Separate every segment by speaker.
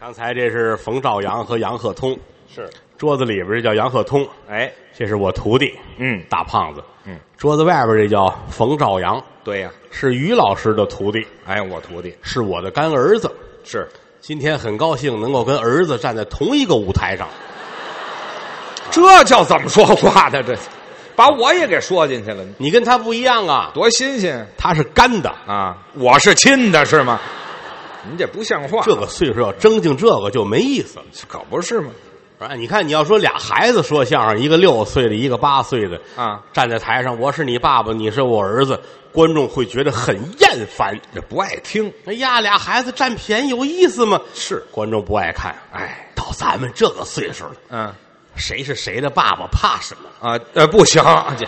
Speaker 1: 刚才这是冯兆阳和杨鹤通，
Speaker 2: 是，
Speaker 1: 桌子里边这叫杨鹤通，
Speaker 2: 哎，
Speaker 1: 这是我徒弟，
Speaker 2: 嗯，
Speaker 1: 大胖子。
Speaker 2: 嗯，
Speaker 1: 桌子外边这叫冯兆阳，
Speaker 2: 对呀、
Speaker 1: 是于老师的徒弟，
Speaker 2: 哎，我徒弟
Speaker 1: 是我的干儿子。
Speaker 2: 是，
Speaker 1: 今天很高兴能够跟儿子站在同一个舞台上。
Speaker 2: 这叫怎么说话呢？这把我也给说进去了，
Speaker 1: 你跟他不一样啊，
Speaker 2: 多新鲜
Speaker 1: 他是干的。
Speaker 2: 啊！我是亲的是吗？您这不像话，
Speaker 1: 这个岁数要争竞这个就没意思了。
Speaker 2: 可不是吗？
Speaker 1: 啊，你看你要说俩孩子说相声，一个六岁的，一个八岁的，
Speaker 2: 啊，
Speaker 1: 站在台上，我是你爸爸，你是我儿子，观众会觉得很厌烦。
Speaker 2: 这不爱听
Speaker 1: 哎呀，俩孩子占便宜有意思吗？
Speaker 2: 是，
Speaker 1: 观众不爱看。
Speaker 2: 哎，
Speaker 1: 到咱们这个岁数了，
Speaker 2: 嗯
Speaker 1: 谁是谁的爸爸，怕什么？
Speaker 2: 啊呃，不 行，这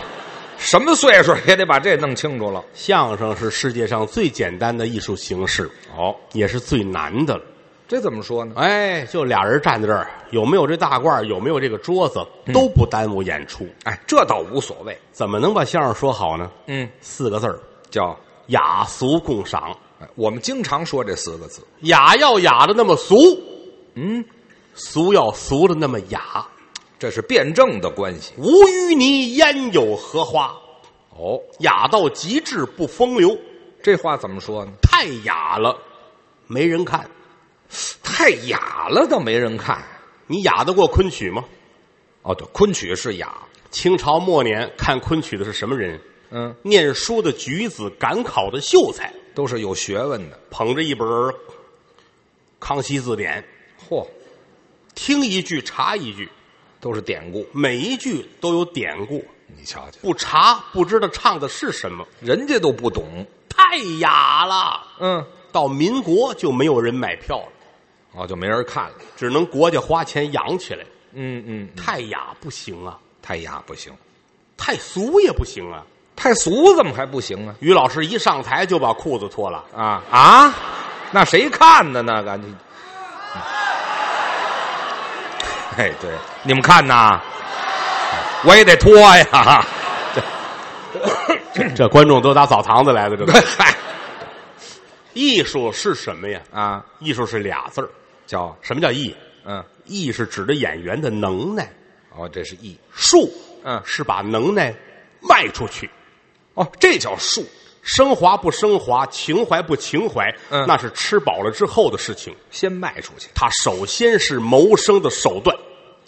Speaker 2: 什么岁数也得把这弄清楚了。
Speaker 1: 相声是世界上最简单的艺术形式，
Speaker 2: 哦，
Speaker 1: 也是最难的了。
Speaker 2: 这怎么说呢？
Speaker 1: 哎，就俩人站在这儿，有没有这大褂，有没有这个桌子，
Speaker 2: 嗯
Speaker 1: 都不耽误演出。
Speaker 2: 哎，这倒无所谓。
Speaker 1: 怎么能把相声说好呢？
Speaker 2: 嗯，
Speaker 1: 四个字儿：
Speaker 2: 叫
Speaker 1: 雅俗共赏。
Speaker 2: 哎我们经常说这四个字。
Speaker 1: 雅要雅的那么俗，
Speaker 2: 嗯，
Speaker 1: 俗要俗的那么雅。
Speaker 2: 这是辩证的关系。
Speaker 1: 无淤泥焉有荷花？
Speaker 2: 哦，
Speaker 1: 雅到极致不风流，
Speaker 2: 这话怎么说呢？
Speaker 1: 太雅了，没人看。
Speaker 2: 太雅了，倒没人看。
Speaker 1: 你雅得过昆曲吗？
Speaker 2: 哦，对，昆曲是雅，
Speaker 1: 清朝末年看昆曲的是什么人？
Speaker 2: 嗯，
Speaker 1: 念书的举子，赶考的秀才，
Speaker 2: 都是有学问的。
Speaker 1: 捧着一本《康熙字典》，
Speaker 2: 嚯，
Speaker 1: 听一句查一句，
Speaker 2: 都是典故。
Speaker 1: 每一句都有典故，
Speaker 2: 你瞧瞧，
Speaker 1: 不查不知道唱的是什么，
Speaker 2: 人家都不懂。
Speaker 1: 太雅了。
Speaker 2: 嗯，
Speaker 1: 到民国就没有人买票了，
Speaker 2: 哦，就没人看了。
Speaker 1: 只能国家花钱养起来。
Speaker 2: 嗯嗯，
Speaker 1: 太雅不行啊，
Speaker 2: 太雅不行，
Speaker 1: 太俗也不行啊。
Speaker 2: 太俗怎么还不行啊？
Speaker 1: 于老师一上台就把裤子脱了，
Speaker 2: 啊啊，那谁看的那个？你，哎，对，你们看呐，我也得脱呀。
Speaker 1: 这观众都打澡堂子来的，这都。
Speaker 2: 嗨
Speaker 1: 艺术是什么呀？
Speaker 2: 啊，
Speaker 1: 艺术是俩字儿。
Speaker 2: 叫
Speaker 1: 什么叫艺？
Speaker 2: 嗯，
Speaker 1: 艺是指的演员的能耐，
Speaker 2: 哦，这是艺
Speaker 1: 术，
Speaker 2: 嗯
Speaker 1: 是把能耐卖出去，
Speaker 2: 哦，这叫术
Speaker 1: 升华不升华，情怀不情怀，
Speaker 2: 嗯
Speaker 1: 那是吃饱了之后的事情。
Speaker 2: 先卖出去，
Speaker 1: 它首先是谋生的手段，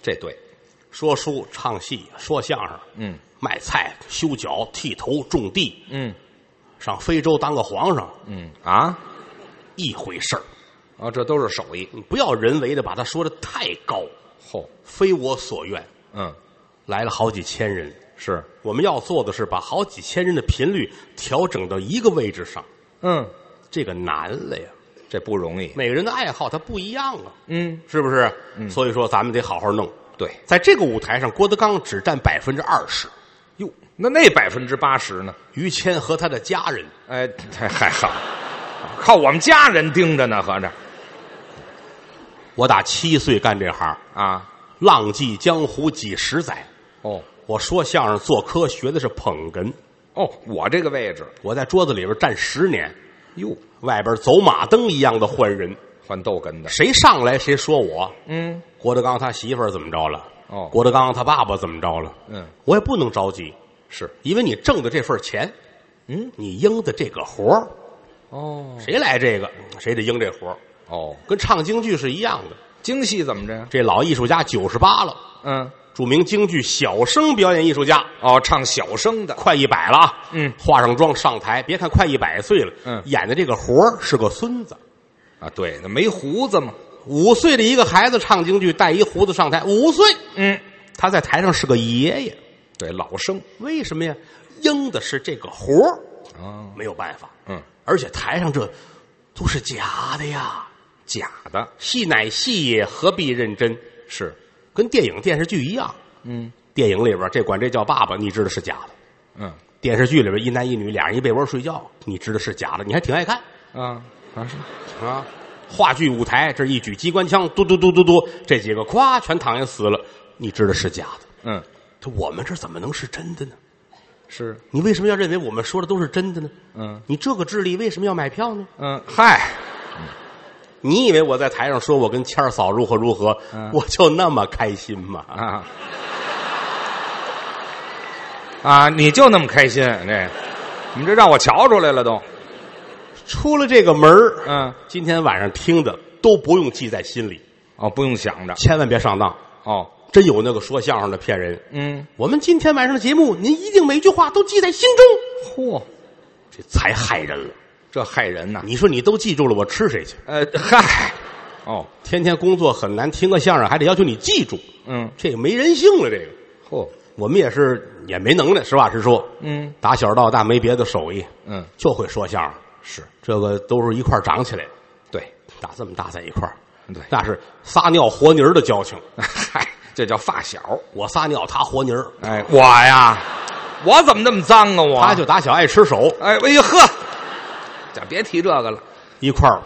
Speaker 2: 这对，
Speaker 1: 说书、唱戏、说相声，
Speaker 2: 嗯
Speaker 1: 卖菜、修脚、剃头、种地，
Speaker 2: 嗯
Speaker 1: 上非洲当个皇上
Speaker 2: 嗯啊，
Speaker 1: 一回事儿。
Speaker 2: 哦，这都是手艺，
Speaker 1: 你不要人为的把它说的太高，
Speaker 2: 嚯、
Speaker 1: 非我所愿。
Speaker 2: 嗯，
Speaker 1: 来了好几千人，
Speaker 2: 是，
Speaker 1: 我们要做的是把好几千人的频率调整到一个位置上，
Speaker 2: 嗯，
Speaker 1: 这个难了呀。
Speaker 2: 这不容易，
Speaker 1: 每个人的爱好它不一样啊，
Speaker 2: 嗯，
Speaker 1: 是不是？所以说咱们得好好弄。
Speaker 2: 对，
Speaker 1: 在这个舞台上，郭德纲只占百分之二十，
Speaker 2: 哟，那那百分之八十呢？
Speaker 1: 于谦和他的家人。
Speaker 2: 哎，嗨嗨好，靠我们家人盯着呢，合着
Speaker 1: 我打七岁干这行，
Speaker 2: 啊，
Speaker 1: 浪迹江湖几十载。
Speaker 2: 哦
Speaker 1: 我说相声做科学的是捧哏，
Speaker 2: 哦，我这个位置，
Speaker 1: 我在桌子里边站十年，
Speaker 2: 哟，
Speaker 1: 外边走马灯一样的换人，
Speaker 2: 换逗哏的，
Speaker 1: 谁上来谁说我。
Speaker 2: 嗯，
Speaker 1: 郭德纲他媳妇儿怎么着了？
Speaker 2: 哦
Speaker 1: 郭德纲他爸爸怎么着了？
Speaker 2: 嗯，
Speaker 1: 我也不能着急，
Speaker 2: 是，
Speaker 1: 因为你挣的这份钱，
Speaker 2: 嗯，
Speaker 1: 你应的这个活儿，
Speaker 2: 哦
Speaker 1: 谁来这个谁得应这活儿，
Speaker 2: 哦，
Speaker 1: 跟唱京剧是一样的。
Speaker 2: 京戏怎么着呀？
Speaker 1: 这老艺术家九十八了，
Speaker 2: 嗯，
Speaker 1: 著名京剧小生表演艺术家，
Speaker 2: 哦，唱小生的，
Speaker 1: 快一百了啊！
Speaker 2: 嗯
Speaker 1: 化上妆上台，别看快一百岁了，
Speaker 2: 嗯
Speaker 1: 演的这个活儿是个孙子。
Speaker 2: 啊，对，那没胡子嘛，
Speaker 1: 五岁的一个孩子唱京剧，带一胡子上台，五岁，
Speaker 2: 嗯，
Speaker 1: 他在台上是个爷爷，
Speaker 2: 对，老生
Speaker 1: 为什么呀？应的是这个活儿，
Speaker 2: 啊，
Speaker 1: 没有办法。
Speaker 2: 嗯，
Speaker 1: 而且台上这都是假的呀，
Speaker 2: 假的
Speaker 1: 戏乃戏也，何必认真？
Speaker 2: 是，
Speaker 1: 跟电影电视剧一样，
Speaker 2: 嗯
Speaker 1: 电影里边这管这叫爸爸，你知道是假的；
Speaker 2: 嗯
Speaker 1: 电视剧里边一男一女俩人一被窝睡觉，你知道是假的，你还挺爱看
Speaker 2: 啊啊是，
Speaker 1: 啊。话剧舞台这一举机关枪，嘟嘟嘟嘟嘟，这几个咵全躺下死了，你知道是假的。
Speaker 2: 嗯
Speaker 1: 这我们这怎么能是真的呢？
Speaker 2: 是，
Speaker 1: 你为什么要认为我们说的都是真的呢？
Speaker 2: 嗯
Speaker 1: 你这个智力为什么要买票呢？
Speaker 2: 嗯，嗨，
Speaker 1: 你以为我在台上说我跟谦儿嫂如何如何，
Speaker 2: 嗯
Speaker 1: 我就那么开心吗？
Speaker 2: 啊啊！你就那么开心？啊这，你这让我瞧出来了都。
Speaker 1: 出了这个门儿
Speaker 2: 嗯，
Speaker 1: 今天晚上听的都不用记在心里，
Speaker 2: 哦，不用想着。
Speaker 1: 千万别上当，
Speaker 2: 哦，
Speaker 1: 真有那个说相声的骗人。
Speaker 2: 嗯，
Speaker 1: 我们今天晚上的节目，您一定每句话都记在心中，
Speaker 2: 嚯，
Speaker 1: 这才害人了。
Speaker 2: 这害人呐！
Speaker 1: 你说你都记住了，我吃谁去？
Speaker 2: 呃，嗨，哦，
Speaker 1: 天天工作很难，听个相声还得要求你记住，
Speaker 2: 嗯，
Speaker 1: 这个没人性了。这个
Speaker 2: 嚯，
Speaker 1: 我们也是也没能耐，实话实说，
Speaker 2: 嗯
Speaker 1: 打小到大没别的手艺，
Speaker 2: 嗯，
Speaker 1: 就会说相声。
Speaker 2: 是
Speaker 1: 这个都是一块儿长起来的，
Speaker 2: 对
Speaker 1: 打这么大在一块儿，
Speaker 2: 对，
Speaker 1: 那是撒尿和泥儿的交情。
Speaker 2: 嗨，这叫发小。
Speaker 1: 我撒尿，他和泥儿，
Speaker 2: 哎，我呀，我怎么那么脏啊？我
Speaker 1: 他就打小爱吃手，
Speaker 2: 哎，哎呦呵，这别提这个了。
Speaker 1: 一块儿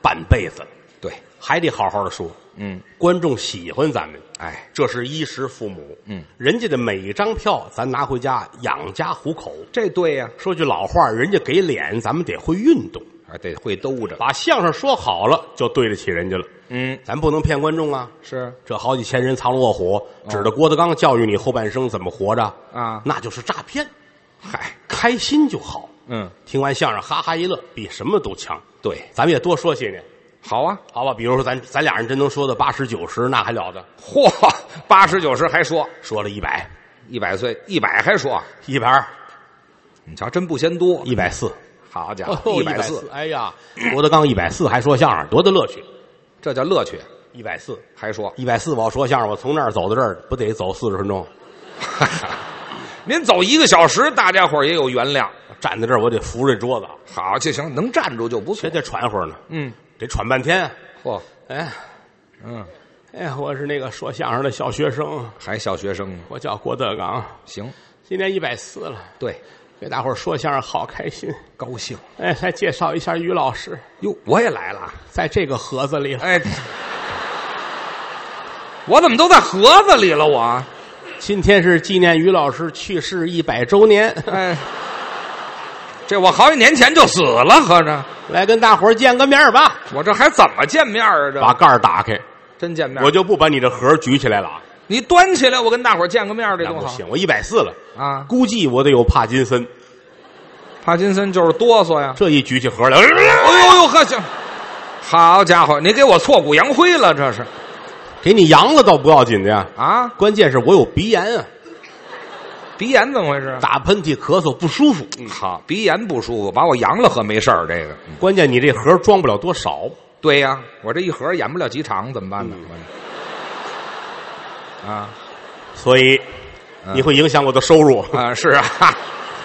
Speaker 1: 半辈子，
Speaker 2: 对，
Speaker 1: 还得好好的说。
Speaker 2: 嗯，
Speaker 1: 观众喜欢咱们，
Speaker 2: 哎，
Speaker 1: 这是衣食父母。
Speaker 2: 嗯，
Speaker 1: 人家的每一张票，咱拿回家养家糊口。
Speaker 2: 这对呀、
Speaker 1: 说句老话，人家给脸，咱们得会运动，
Speaker 2: 啊，得会兜着。
Speaker 1: 把相声说好了，就对得起人家了。
Speaker 2: 嗯，
Speaker 1: 咱不能骗观众啊！
Speaker 2: 是哦
Speaker 1: 这好几千人藏龙卧虎，指着郭德纲教育你后半生怎么活着
Speaker 2: 啊
Speaker 1: 那就是诈骗。
Speaker 2: 嗨，
Speaker 1: 开心就好，
Speaker 2: 嗯，
Speaker 1: 听完相声哈哈一乐，比什么都强。
Speaker 2: 对，
Speaker 1: 咱们也多说些呢，
Speaker 2: 好啊。
Speaker 1: 好吧？比如说咱咱俩人真能说到八十九十，那还了得？
Speaker 2: 嚯，八十九十还说
Speaker 1: 说了一百，
Speaker 2: 一百岁，一百还说，
Speaker 1: 一百二，
Speaker 2: 你瞧，真不嫌多。
Speaker 1: 一百四，
Speaker 2: 好家
Speaker 1: 一
Speaker 2: 伙，哦百
Speaker 1: 四
Speaker 2: 四，，
Speaker 1: 哎呀，郭德纲一百四还说相声，多大乐趣！
Speaker 2: 这叫乐趣。
Speaker 1: 一百四，
Speaker 2: 还说，
Speaker 1: 一百四，我要说相声，我从那儿走到这儿，不得走四十分钟？
Speaker 2: 您走一个小时，大家伙儿也有原谅。
Speaker 1: 站在这儿，我得扶着桌子，
Speaker 2: 好就行，能站住就不错
Speaker 1: 谁。得喘会儿呢？
Speaker 2: 嗯，
Speaker 1: 得喘半天。
Speaker 2: 嚯，
Speaker 1: 哎，
Speaker 2: 嗯，
Speaker 1: 哎呀，我是那个说相声的小学生，
Speaker 2: 还小学生呢
Speaker 1: 我叫郭德纲，
Speaker 2: 行，
Speaker 1: 今年一百四了，
Speaker 2: 对，
Speaker 1: 给大伙儿说相声好开心。
Speaker 2: 高兴。
Speaker 1: 哎，来介绍一下于老师，
Speaker 2: 哟，我也来了。
Speaker 1: 在这个盒子里了。
Speaker 2: 哎，我怎么都在盒子里了？我，
Speaker 1: 今天是纪念于老师去世一百周年，
Speaker 2: 哎，这我好几年前就死了，合着
Speaker 1: 来跟大伙儿见个面儿吧。
Speaker 2: 我这还怎么见面啊？这
Speaker 1: 把盖儿打开，
Speaker 2: 真见面？
Speaker 1: 我就不把你的盒儿举起来了啊。
Speaker 2: 你端起来，我跟大伙儿见个面儿，这
Speaker 1: 那
Speaker 2: 多
Speaker 1: 不
Speaker 2: 好
Speaker 1: 行，我一百四了，
Speaker 2: 啊！
Speaker 1: 估计我得有帕金森。
Speaker 2: 帕金森就是哆嗦呀。
Speaker 1: 这一举起盒来，
Speaker 2: 哎呦呦呵，行，好家伙，你给我挫骨扬灰了，这是
Speaker 1: 给你扬了倒不要紧的呀，
Speaker 2: 啊？
Speaker 1: 关键是我有鼻炎啊，
Speaker 2: 鼻炎怎么回事？啊
Speaker 1: 打喷嚏、咳嗽不舒服。
Speaker 2: 好，鼻炎不舒服，把我扬了喝没事儿。这个，嗯
Speaker 1: 关键你这盒装不了多少，
Speaker 2: 对呀，我这一盒演不了几场，怎么办呢？我这啊
Speaker 1: 所以
Speaker 2: 嗯
Speaker 1: 你会影响我的收入。
Speaker 2: 啊，是啊，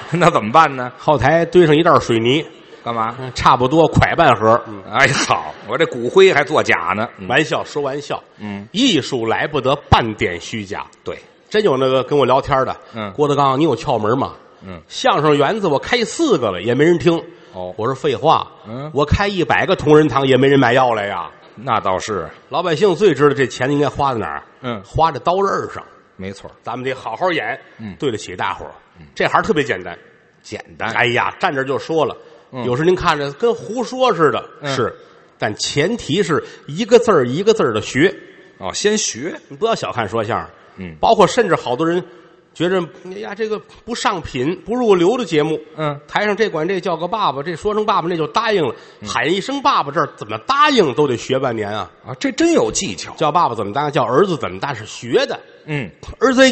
Speaker 2: 那怎么办呢？
Speaker 1: 后台堆上一袋水泥，
Speaker 2: 干嘛？
Speaker 1: 嗯差不多快半盒。
Speaker 2: 哎，好，我这骨灰还作假呢。嗯
Speaker 1: 玩笑说玩笑，
Speaker 2: 嗯，
Speaker 1: 艺术来不得半点虚假。
Speaker 2: 对，
Speaker 1: 真有那个跟我聊天的，
Speaker 2: 嗯
Speaker 1: 郭德纲，你有窍门吗？
Speaker 2: 嗯，
Speaker 1: 相声园子我开四个了，也没人听。
Speaker 2: 哦
Speaker 1: 我说废话，
Speaker 2: 嗯
Speaker 1: 我开一百个同仁堂也没人买药来呀。
Speaker 2: 那倒是，
Speaker 1: 老百姓最知道这钱应该花在哪儿，
Speaker 2: 嗯
Speaker 1: 花在刀刃上。
Speaker 2: 没错儿，
Speaker 1: 咱们得好好演，
Speaker 2: 嗯
Speaker 1: 对得起大伙儿。这行特别简单。
Speaker 2: 简单。
Speaker 1: 哎呀，站这儿就说了，有时您看着跟胡说似的，
Speaker 2: 嗯
Speaker 1: 是，但前提是一个字儿一个字儿的学，
Speaker 2: 哦，先学，
Speaker 1: 你不要小看说相声，
Speaker 2: 嗯
Speaker 1: 包括甚至好多人觉着，哎呀，这个不上品、不入流的节目，
Speaker 2: 嗯，
Speaker 1: 台上这管这叫个爸爸，这说声爸爸那就答应了，
Speaker 2: 嗯
Speaker 1: 喊一声爸爸，这儿怎么答应都得学半年啊！
Speaker 2: 啊，这真有技巧。
Speaker 1: 叫爸爸怎么答，叫儿子怎么答是学的，
Speaker 2: 嗯
Speaker 1: 儿子哎，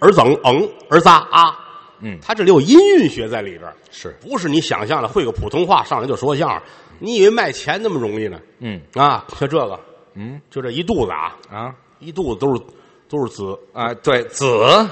Speaker 1: 儿怎嗯，儿仨啊，
Speaker 2: 嗯，
Speaker 1: 他这里有音韵学在里边儿，
Speaker 2: 是，
Speaker 1: 不是你想象的会个普通话上来就说相声？你以为卖钱那么容易呢？
Speaker 2: 嗯
Speaker 1: 啊，就这个，
Speaker 2: 嗯
Speaker 1: 就这一肚子啊，
Speaker 2: 啊
Speaker 1: 一肚子都是都是子，
Speaker 2: 啊，对，子，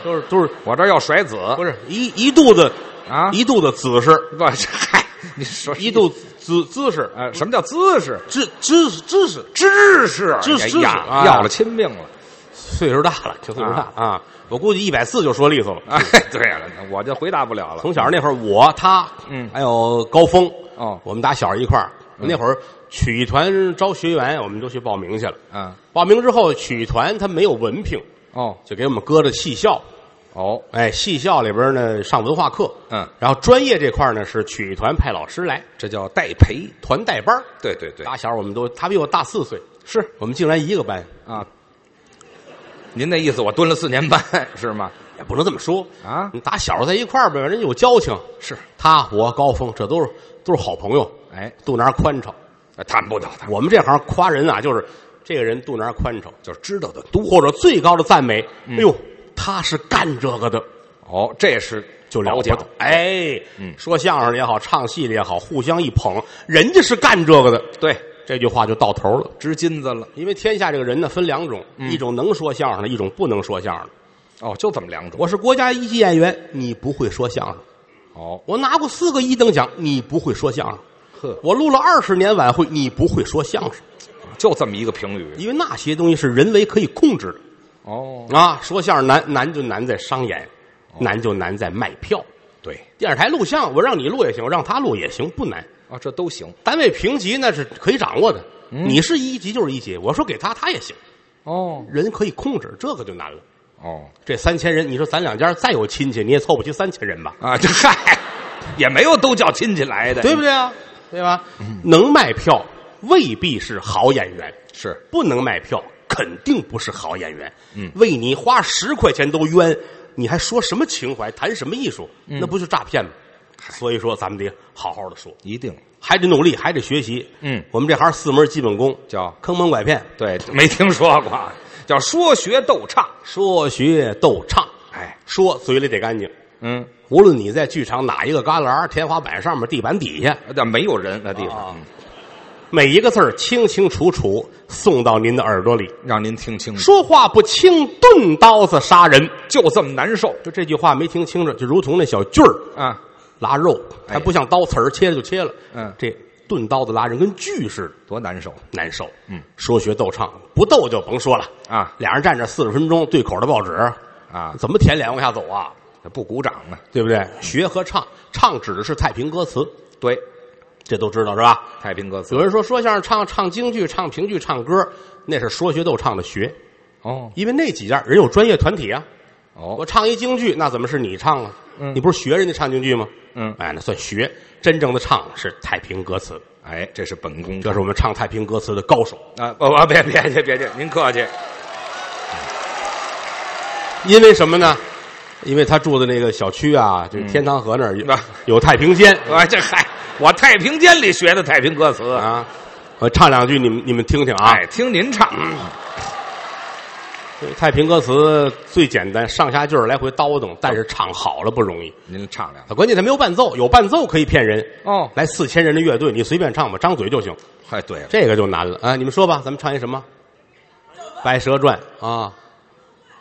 Speaker 1: 都是都是
Speaker 2: 我这儿要甩子，
Speaker 1: 不是一一肚子
Speaker 2: 啊
Speaker 1: 一肚子子是，
Speaker 2: 不是，嗨，你说
Speaker 1: 一肚子姿姿势，
Speaker 2: 啊，什么叫姿势？
Speaker 1: 知知知识，
Speaker 2: 知识，
Speaker 1: 知知
Speaker 2: 哎
Speaker 1: 识
Speaker 2: 呀
Speaker 1: 啊
Speaker 2: 要了亲命了。
Speaker 1: 岁数大了，就岁数大啊！我估计一百四就说利索了。
Speaker 2: 哎，对了，我就回答不了了。
Speaker 1: 从小那会儿，我他，
Speaker 2: 嗯
Speaker 1: 还有高峰，
Speaker 2: 哦
Speaker 1: 我们打小一块儿。那会儿曲艺团招学员，我们都去报名去了。
Speaker 2: 啊，
Speaker 1: 报名之后，曲艺团他没有文凭，
Speaker 2: 哦，
Speaker 1: 就给我们搁着戏校，
Speaker 2: 哦，
Speaker 1: 哎，戏校里边呢上文化课，
Speaker 2: 嗯
Speaker 1: 然后专业这块呢是曲艺团派老师来，
Speaker 2: 这叫代培。
Speaker 1: 团带班儿
Speaker 2: 对对对，
Speaker 1: 打小我们都，他比我大四岁，
Speaker 2: 是
Speaker 1: 我们竟然一个班，
Speaker 2: 啊。您那意思，我蹲了四年半是吗？
Speaker 1: 也不能这么说
Speaker 2: 啊
Speaker 1: 你打小在一块儿呗，人家有交情，
Speaker 2: 是，
Speaker 1: 他我高峰这都是都是好朋友，
Speaker 2: 哎，
Speaker 1: 肚腩宽敞。
Speaker 2: 谈不到他，
Speaker 1: 我们这行夸人啊，就是这个人肚腩宽敞，
Speaker 2: 就是知道的多。
Speaker 1: 或者最高的赞美，哎呦，他是干这个的，
Speaker 2: 哦，这是
Speaker 1: 就了
Speaker 2: 了
Speaker 1: 解
Speaker 2: 解
Speaker 1: 了。哎，说相声的也好，唱戏的也好，互相一捧，人家是干这个的，
Speaker 2: 对，
Speaker 1: 这句话就到头了。
Speaker 2: 织金子了。
Speaker 1: 因为天下这个人呢分两种，一种能说相声的，一种不能说相声的。
Speaker 2: 哦，就这么两种。
Speaker 1: 我是国家一级演员，你不会说相声；
Speaker 2: 哦，
Speaker 1: 我拿过四个一等奖，你不会说相声；
Speaker 2: 呵，
Speaker 1: 我录了二十年晚会，你不会说相声。
Speaker 2: 就这么一个评语。
Speaker 1: 因为那些东西是人为可以控制的。
Speaker 2: 哦，
Speaker 1: 啊，说相声难难就难在商演，难就难在卖票。
Speaker 2: 对，
Speaker 1: 电视台录像，我让你录也行，我让他录也行，不难。
Speaker 2: 啊，这都行。
Speaker 1: 单位评级那是可以掌握的，你是一级就是一级，我说给他他也行，
Speaker 2: 哦，
Speaker 1: 人可以控制，这个就难了。
Speaker 2: 哦，
Speaker 1: 这三千人，你说咱两家再有亲戚，你也凑不齐三千人吧，
Speaker 2: 啊，这嗨，也没有都叫亲戚来的，
Speaker 1: 对不对啊？对吧？能卖票未必是好演员，
Speaker 2: 是，
Speaker 1: 不能卖票肯定不是好演员。嗯，为你花十块钱都冤，你还说什么情怀，谈什么艺术？
Speaker 2: 嗯
Speaker 1: 那不就诈骗吗？所以说，咱们得好好的说，
Speaker 2: 一定
Speaker 1: 还得努力，还得学习。
Speaker 2: 嗯
Speaker 1: 我们这行四门基本功
Speaker 2: 叫
Speaker 1: 坑蒙拐骗、
Speaker 2: 对，没听说过，叫说学逗唱。
Speaker 1: 说学逗唱。
Speaker 2: 哎，
Speaker 1: 说嘴里得干净，
Speaker 2: 嗯，
Speaker 1: 无论你在剧场哪一个旮旯、天花板上面、地板底下，
Speaker 2: 但没有人那地
Speaker 1: 啊
Speaker 2: 方，嗯
Speaker 1: 每一个字儿清清楚楚送到您的耳朵里。
Speaker 2: 让您听清楚，
Speaker 1: 说话不清，钝刀子杀人。
Speaker 2: 就这么难受
Speaker 1: 就这句话没听清楚，就如同那小锯儿
Speaker 2: 啊！
Speaker 1: 拉肉，
Speaker 2: 哎
Speaker 1: 还不像刀刺儿切了就切了。
Speaker 2: 嗯
Speaker 1: 这钝刀子拉人跟锯似的，
Speaker 2: 多难受
Speaker 1: 难受。
Speaker 2: 嗯，
Speaker 1: 说学逗唱，不逗就甭说了。
Speaker 2: 啊
Speaker 1: 俩人站这四十分钟，对口的报纸
Speaker 2: 啊！
Speaker 1: 怎么舔脸往下走啊？
Speaker 2: 不鼓掌啊？
Speaker 1: 对不对？学和唱，唱指的是太平歌词，
Speaker 2: 对，
Speaker 1: 这都知道是吧？
Speaker 2: 太平歌词
Speaker 1: 有人说说相声、唱唱京剧、唱评剧、唱歌，那是说学逗唱的学，
Speaker 2: 哦
Speaker 1: 因为那几样人有专业团体啊。我
Speaker 2: 哦，
Speaker 1: 唱一京剧，那怎么是你唱啊？
Speaker 2: 嗯
Speaker 1: 你不是学人家唱京剧吗？
Speaker 2: 嗯，
Speaker 1: 哎，那算学。真正的唱是太平歌词，
Speaker 2: 哎，这是本宫
Speaker 1: 这是我们唱太平歌词的高手。
Speaker 2: 啊！不不，别别别别别，您客气
Speaker 1: 因为什么呢？因为他住的那个小区啊，
Speaker 2: 嗯
Speaker 1: 就是天堂河那儿有、
Speaker 2: 啊
Speaker 1: 有太平间
Speaker 2: 啊！这嗨，我太平间里学的太平歌词，
Speaker 1: 啊。我唱两句，你们你们听听啊。
Speaker 2: 哎，听您唱，
Speaker 1: 太平歌词最简单，上下句儿来回叨叨，但
Speaker 2: 哦
Speaker 1: 是唱好了不容易。啊
Speaker 2: 您唱两个
Speaker 1: 关键他没有伴奏，有伴奏可以骗人。
Speaker 2: 哦。
Speaker 1: 来四千人的乐队，你随便唱吧，张嘴就行。
Speaker 2: 哎，对了，
Speaker 1: 这个就难了啊！你们说吧，咱们唱一什么？《白蛇传》啊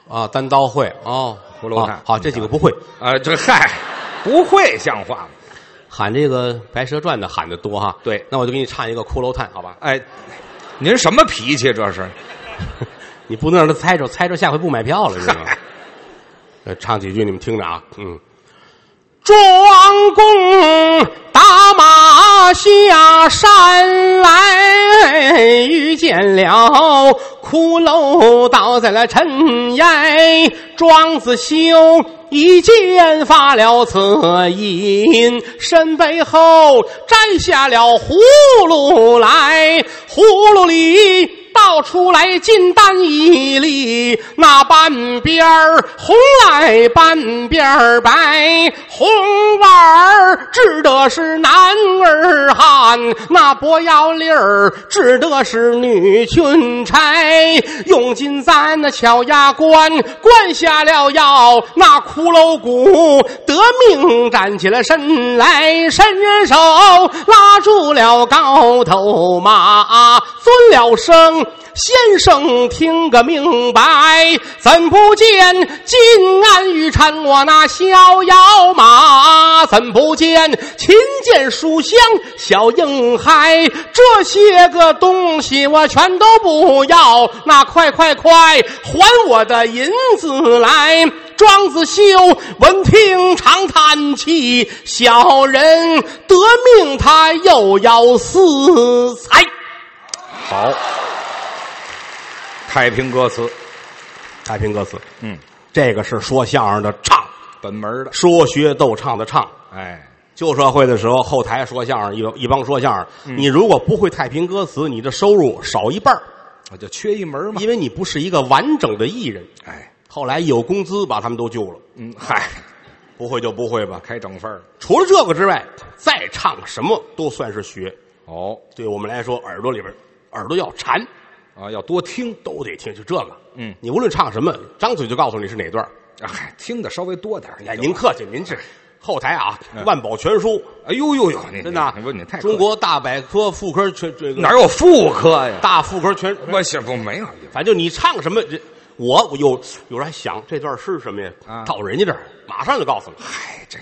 Speaker 1: 啊，单刀会哦，
Speaker 2: 葫芦探
Speaker 1: 啊好，这几个不会，
Speaker 2: 啊，这嗨，不会像话吗？
Speaker 1: 喊这个《白蛇传》的喊的多哈。
Speaker 2: 对
Speaker 1: 那我就给你唱一个《骷髅叹》，好吧？
Speaker 2: 哎，您什么脾气这是？
Speaker 1: 你不能让他猜着，猜着下回不买票了，是吗？呃唱几句你们听着啊，嗯。庄公打马下山来，遇见了骷髅倒在了尘埃。庄子修一剑发了此印，身背后摘下了葫芦来，葫芦里。倒出来金丹一粒，那半边儿红来半边儿白，红腕儿指的是男儿汉，那薄腰粒儿指的是女裙钗，用金簪那巧牙关，关下了腰，那骷髅骨得命站起了身来，伸手拉住了高头马，尊了声。先生听个明白，怎不见金鞍玉蝉我那逍遥马？怎不见琴剑书香小硬孩？这些个东西我全都不要，那快快快还我的银子来！庄子修闻听长叹气，小人得命他又要私财。
Speaker 2: 好，太平歌词，
Speaker 1: 太平歌词，
Speaker 2: 嗯，
Speaker 1: 这个是说相声的唱，
Speaker 2: 本门的，
Speaker 1: 说学逗唱的唱。
Speaker 2: 哎，
Speaker 1: 旧社会的时候，后台说相声一一帮说相声，你如果不会太平歌词，你的收入少一半儿
Speaker 2: 我就缺一门嘛。
Speaker 1: 因为你不是一个完整的艺人。
Speaker 2: 哎，
Speaker 1: 后来有工资把他们都救了，
Speaker 2: 嗯，嗨，
Speaker 1: 不会就不会吧。
Speaker 2: 开整份儿
Speaker 1: 除了这个之外，再唱什么都算是学。
Speaker 2: 哦
Speaker 1: 对我们来说，耳朵里边耳朵要馋，
Speaker 2: 啊，要多听，
Speaker 1: 都得听，就这个。
Speaker 2: 嗯
Speaker 1: 你无论唱什么，张嘴就告诉你是哪段儿。
Speaker 2: 哎，听的稍微多点儿。
Speaker 1: 哎，
Speaker 2: 你就
Speaker 1: 您客气，您这后台啊，万宝全书
Speaker 2: 哎呦呦呦，你
Speaker 1: 真的啊
Speaker 2: 你不你太客气
Speaker 1: 中国大百科妇科全这个
Speaker 2: 哪有妇科呀？
Speaker 1: 大妇科全，
Speaker 2: 我想不没有，
Speaker 1: 反正你唱什么，这我我有有人还想这段是什么呀
Speaker 2: 啊？
Speaker 1: 到人家这儿马上就告诉你，
Speaker 2: 嗨，这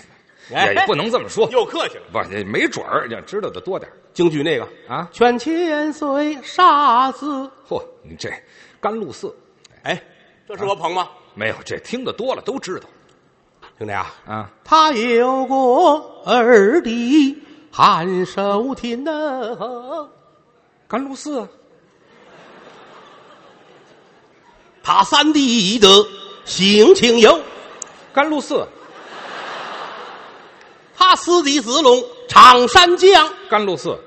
Speaker 1: 哎
Speaker 2: 也不能这么说，
Speaker 1: 又客气了。
Speaker 2: 不也没准儿，也知道的多点儿
Speaker 1: 京剧那个
Speaker 2: 啊
Speaker 1: 权千岁杀子，
Speaker 2: 嚯，你这甘露寺
Speaker 1: 哎，这是我捧吗？
Speaker 2: 没有，这听的多了都知道
Speaker 1: 兄弟啊，
Speaker 2: 啊。
Speaker 1: 他有过二弟韩寿亭呐，
Speaker 2: 甘露寺啊，
Speaker 1: 他三弟的邢清游，
Speaker 2: 甘露寺，
Speaker 1: 他四弟子龙常山将。
Speaker 2: 甘露寺，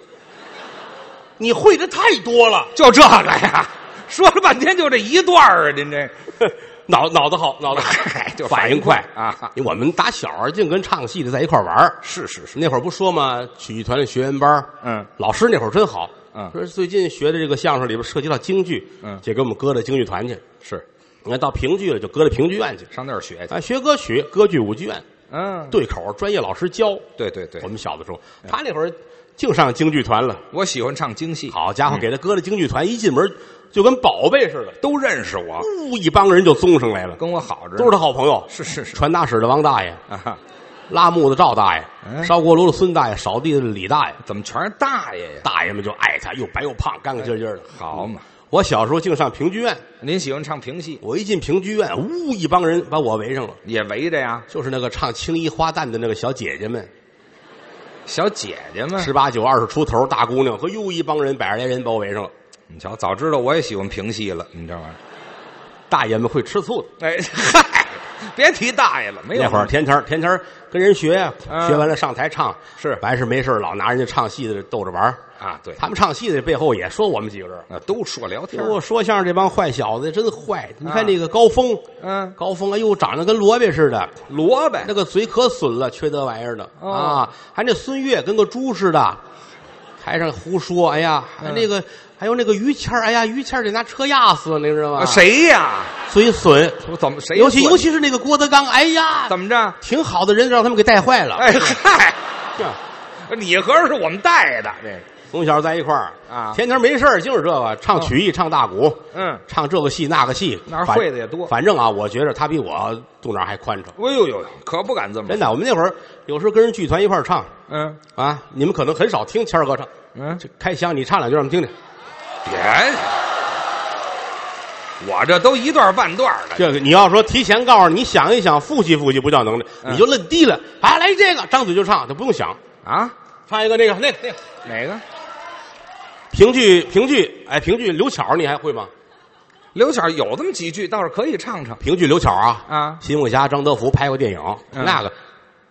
Speaker 1: 你会的太多了，
Speaker 2: 就这个呀。说了半天就这一段儿啊，您这
Speaker 1: 脑脑子好，脑子
Speaker 2: 嗨哎就
Speaker 1: 反
Speaker 2: 反
Speaker 1: 应
Speaker 2: 应
Speaker 1: 快
Speaker 2: 快啊！
Speaker 1: 因为我们打小儿净跟唱戏的在一块儿玩儿
Speaker 2: 是是是，
Speaker 1: 那会儿不说嘛，曲艺团的学员班儿
Speaker 2: 嗯
Speaker 1: 老师那会儿真好，
Speaker 2: 嗯
Speaker 1: 说最近学的这个相声里边涉及到京剧，
Speaker 2: 嗯
Speaker 1: 就给我们搁到京剧团去。
Speaker 2: 是
Speaker 1: 你看到评剧了，就搁到评剧院去。
Speaker 2: 上那儿学去。
Speaker 1: 啊，学歌曲、歌剧、舞剧院，
Speaker 2: 嗯，
Speaker 1: 对口儿专业老师教。
Speaker 2: 对对对嗯
Speaker 1: 我，们小的时候，他那会儿净上京剧团了。
Speaker 2: 我喜欢唱京戏，
Speaker 1: 好家伙，给他搁到京剧团，一进门就跟宝贝似的，
Speaker 2: 都认识我，
Speaker 1: 呜，一帮人就综上来了，
Speaker 2: 跟我好着呢
Speaker 1: 都是他好朋友。
Speaker 2: 是是是
Speaker 1: 传达室的王大爷，
Speaker 2: 啊哈，
Speaker 1: 拉木的赵大爷，
Speaker 2: 嗯
Speaker 1: 烧锅炉的孙大爷，扫地的李大爷，
Speaker 2: 怎么全是大爷呀？
Speaker 1: 大爷们就爱他，又白又胖，干干净净的。嗯
Speaker 2: 好嘛，
Speaker 1: 我小时候净上评剧院，
Speaker 2: 您喜欢唱评戏，
Speaker 1: 我一进评剧院，呜，一帮人把我围上了，
Speaker 2: 也围着呀，
Speaker 1: 就是那个唱青衣花旦的那个小姐姐们，
Speaker 2: 小姐姐们。
Speaker 1: 十八九、二十出头大姑娘，和又一帮人百十来人把我围上了。
Speaker 2: 你瞧，早知道我也喜欢评戏了，你知道吗？
Speaker 1: 大爷们会吃醋的，
Speaker 2: 哎，嗨，别提大爷了，没有
Speaker 1: 那会儿天天儿天天儿跟人学呀，
Speaker 2: 嗯
Speaker 1: 学完了上台唱
Speaker 2: 是
Speaker 1: 完事没事儿老拿人家唱戏的逗着玩儿
Speaker 2: 啊，对，
Speaker 1: 他们唱戏的背后也说我们几个人儿，
Speaker 2: 啊，都说聊天儿，
Speaker 1: 说说相声这帮坏小子真坏。你看
Speaker 2: 啊
Speaker 1: 那个高峰，
Speaker 2: 嗯，
Speaker 1: 高峰哎呦长得跟萝卜似的，
Speaker 2: 萝卜
Speaker 1: 那个嘴可损了，缺德玩意儿的
Speaker 2: 哦
Speaker 1: 啊！还那孙越跟个猪似的，台上胡说，哎呀，
Speaker 2: 嗯
Speaker 1: 还那个还有那个于谦儿哎呀，于谦儿得拿车压死，你知道吗？
Speaker 2: 啊谁呀？
Speaker 1: 嘴损，
Speaker 2: 我怎么谁？
Speaker 1: 尤其尤其是那个郭德纲，哎呀，
Speaker 2: 怎么着？
Speaker 1: 挺好的人让他们给带坏了。
Speaker 2: 哎嗨，
Speaker 1: 呀
Speaker 2: 你合着是我们带的这个
Speaker 1: 从小在一块儿
Speaker 2: 啊
Speaker 1: 天天没事儿就是这个唱曲艺，唱大鼓，
Speaker 2: 嗯
Speaker 1: 唱这个戏那个戏，
Speaker 2: 哪儿
Speaker 1: 反
Speaker 2: 会的也多
Speaker 1: 反正啊，我觉着他比我肚腩还宽敞。
Speaker 2: 哎呦呦，可不敢这么
Speaker 1: 真。的，我们那会儿有时候跟人剧团一块儿唱
Speaker 2: 嗯
Speaker 1: 啊，你们可能很少听谦儿哥唱。
Speaker 2: 嗯，
Speaker 1: 这开箱你唱两句让我们听听。
Speaker 2: 别，我这都一段半段的。
Speaker 1: 这个你要说提前告诉你想一想，复习复习不叫能耐，
Speaker 2: 嗯
Speaker 1: 你就论低了啊，来这个张嘴就唱，就不用想。
Speaker 2: 啊，
Speaker 1: 唱一个那个那个那个
Speaker 2: 哪个？
Speaker 1: 评剧评剧，哎，评剧刘巧你还会吗？
Speaker 2: 刘巧有这么几句，倒是可以唱唱。
Speaker 1: 评剧刘巧啊
Speaker 2: 啊
Speaker 1: 辛凤霞、张德福拍过电影，
Speaker 2: 嗯
Speaker 1: 那个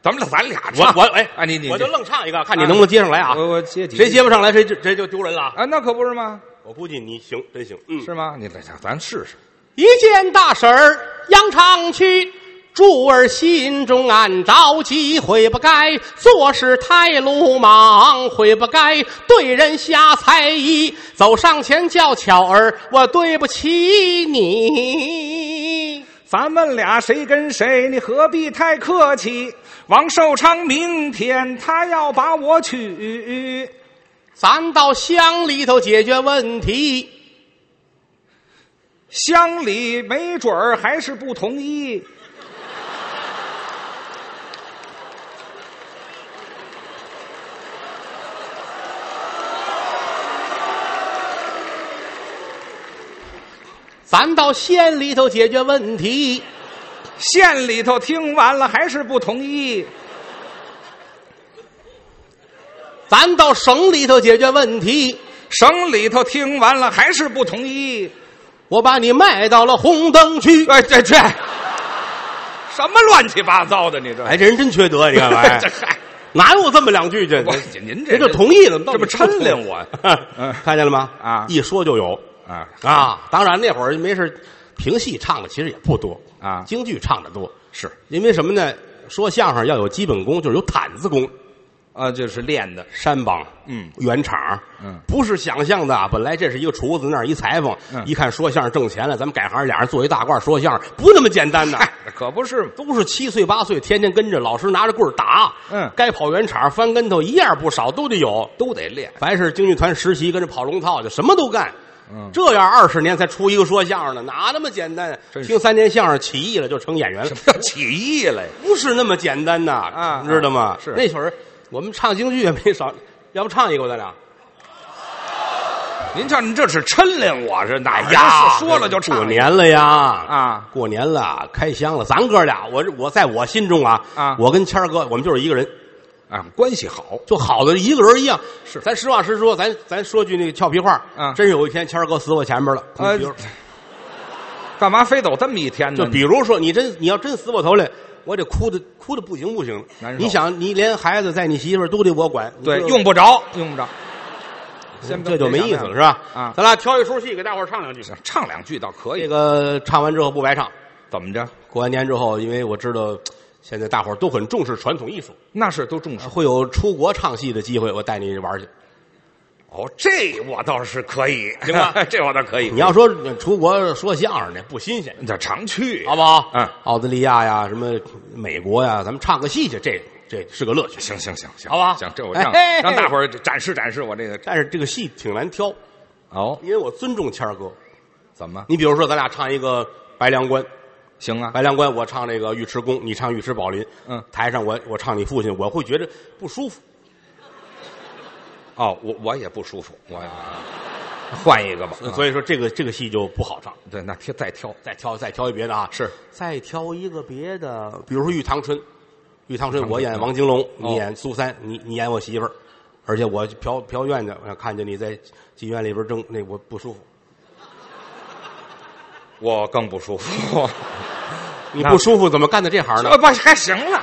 Speaker 2: 咱们咱俩
Speaker 1: 我
Speaker 2: 唱
Speaker 1: 我哎
Speaker 2: 啊，你你
Speaker 1: 我就
Speaker 2: 你
Speaker 1: 愣唱一个，看你能不能接上来啊？
Speaker 2: 我我接几句
Speaker 1: 谁接不上来，谁就谁就丢人了啊。
Speaker 2: 啊，那可不是吗？
Speaker 1: 我估计你行，真行，嗯。
Speaker 2: 是吗？你来，咱试试。
Speaker 1: 一见大婶儿扬长去，柱儿心中暗着急，悔不该做事太鲁莽，悔不该对人瞎猜疑。走上前叫巧儿，我对不起你。
Speaker 2: 咱们俩谁跟谁，你何必太客气？王寿昌明天他要把我娶，
Speaker 1: 咱到乡里头解决问题，
Speaker 2: 乡里没准儿还是不同意。
Speaker 1: 咱到县里头解决问题，
Speaker 2: 县里头听完了还是不同意，
Speaker 1: 咱到省里头解决问题。
Speaker 2: 省里头听完了还是不同意。
Speaker 1: 我把你卖到了红灯区。
Speaker 2: 哎，这这，什么乱七八糟的？你这
Speaker 1: 哎，这人真缺德，你看来
Speaker 2: 这，嗨，
Speaker 1: 哪有这么两句这？
Speaker 2: 我
Speaker 1: 人
Speaker 2: 您这
Speaker 1: 家同意怎么到
Speaker 2: 这
Speaker 1: 你
Speaker 2: 不
Speaker 1: 这儿
Speaker 2: 抻亮我嗯
Speaker 1: 看见了吗？
Speaker 2: 啊
Speaker 1: 一说就有
Speaker 2: 啊
Speaker 1: 啊。当然那会儿没事，评戏唱的其实也不多
Speaker 2: 啊
Speaker 1: 京剧唱的多，
Speaker 2: 是
Speaker 1: 因为什么呢？说相声要有基本功，就是有毯子功、
Speaker 2: 啊，这是练的
Speaker 1: 山帮，
Speaker 2: 嗯，
Speaker 1: 圆场，
Speaker 2: 嗯，
Speaker 1: 不是想象的啊。本来这是一个厨子，那儿一裁缝，
Speaker 2: 嗯
Speaker 1: 一看说相声挣钱了，咱们改行，俩人做一大褂说相声，不那么简单的。
Speaker 2: 可不是吗
Speaker 1: 都是七岁八岁，天天跟着老师拿着棍儿打，
Speaker 2: 嗯
Speaker 1: 该跑圆场、翻跟头，一样不少都得有。
Speaker 2: 都得练
Speaker 1: 凡是京剧团实习，跟着跑龙套去，什么都干。
Speaker 2: 嗯
Speaker 1: 这样二十年才出一个说相声的，哪那么简单？啊
Speaker 2: 真是
Speaker 1: 听三年相声起义了就成演员了，
Speaker 2: 叫起义了呀？
Speaker 1: 不是那么简单呐，
Speaker 2: 啊
Speaker 1: 知道吗？
Speaker 2: 是
Speaker 1: 那会儿我们唱京剧也没少， 要不唱一个吧咱俩？
Speaker 2: 您瞧，您这是抻亮我是哪儿
Speaker 1: 哎呀，
Speaker 2: 是说了就
Speaker 1: 过
Speaker 2: 唱
Speaker 1: 年了呀！
Speaker 2: 啊，
Speaker 1: 过年了，开箱了，咱哥俩，我我在我心中啊，
Speaker 2: 啊
Speaker 1: 我跟谦儿哥，我们就是一个人。
Speaker 2: 啊，关系好
Speaker 1: 就好的一个人一样。
Speaker 2: 是
Speaker 1: 咱实话实说，咱咱说句那个俏皮话，
Speaker 2: 嗯
Speaker 1: 真是有一天谦儿哥死我前边了，
Speaker 2: 呃
Speaker 1: 你比如
Speaker 2: 干嘛非走这么一天呢？
Speaker 1: 就比如说你真你要真死我头来，我得哭的哭的不行不行
Speaker 2: 难。受
Speaker 1: 你想，你连孩子在你媳妇儿都得我管，你
Speaker 2: 对
Speaker 1: 这，
Speaker 2: 用不着，用不着，先
Speaker 1: 这就没意思了，是吧？
Speaker 2: 啊
Speaker 1: 咱俩挑一出戏给大伙儿唱两句。
Speaker 2: 唱两句倒可
Speaker 1: 这
Speaker 2: 以，
Speaker 1: 个唱完之后不白唱，
Speaker 2: 怎么着？
Speaker 1: 过完年之后，因为我知道现在大伙儿都很重视传统艺术，
Speaker 2: 那是都重视
Speaker 1: 会有出国唱戏的机会，我带你玩去。
Speaker 2: 哦，这我倒是可以，
Speaker 1: 行吧
Speaker 2: 这我倒可以。
Speaker 1: 你要说出国说相声的不新鲜，
Speaker 2: 这常去
Speaker 1: 好不好？
Speaker 2: 嗯，
Speaker 1: 澳大利亚呀，什么美国呀，咱们唱个戏去，这这是个乐趣。
Speaker 2: 行行行行，
Speaker 1: 好吧
Speaker 2: 行，这我
Speaker 1: 哎
Speaker 2: 让
Speaker 1: 嘿
Speaker 2: 让大伙儿展示展示我这个
Speaker 1: 但是这个戏挺难挑，
Speaker 2: 哦，
Speaker 1: 因为我尊重谦儿哥。
Speaker 2: 怎么
Speaker 1: 你比如说，咱俩唱一个《白梁关》，《
Speaker 2: 行啊？
Speaker 1: 白梁关》我唱那个尉迟恭，你唱尉迟宝林。
Speaker 2: 嗯，
Speaker 1: 台上我我唱你父亲，我会觉得不舒服。
Speaker 2: 哦，我我也不舒服，我换一个吧。啊
Speaker 1: 所以说，这个这个戏就不好唱。
Speaker 2: 对，那挑再挑
Speaker 1: 再挑再挑一别的啊，
Speaker 2: 是
Speaker 1: 再挑一个别的，比如说《玉堂春》，《玉堂春》哦我演王金龙，你演苏三，你你演我媳妇儿，而且我嫖嫖院的，呃看见你在妓院里边争，那我不舒服。
Speaker 2: 我更不舒服。
Speaker 1: 你不舒服怎么干的这行呢
Speaker 2: 呃，？不，还行了，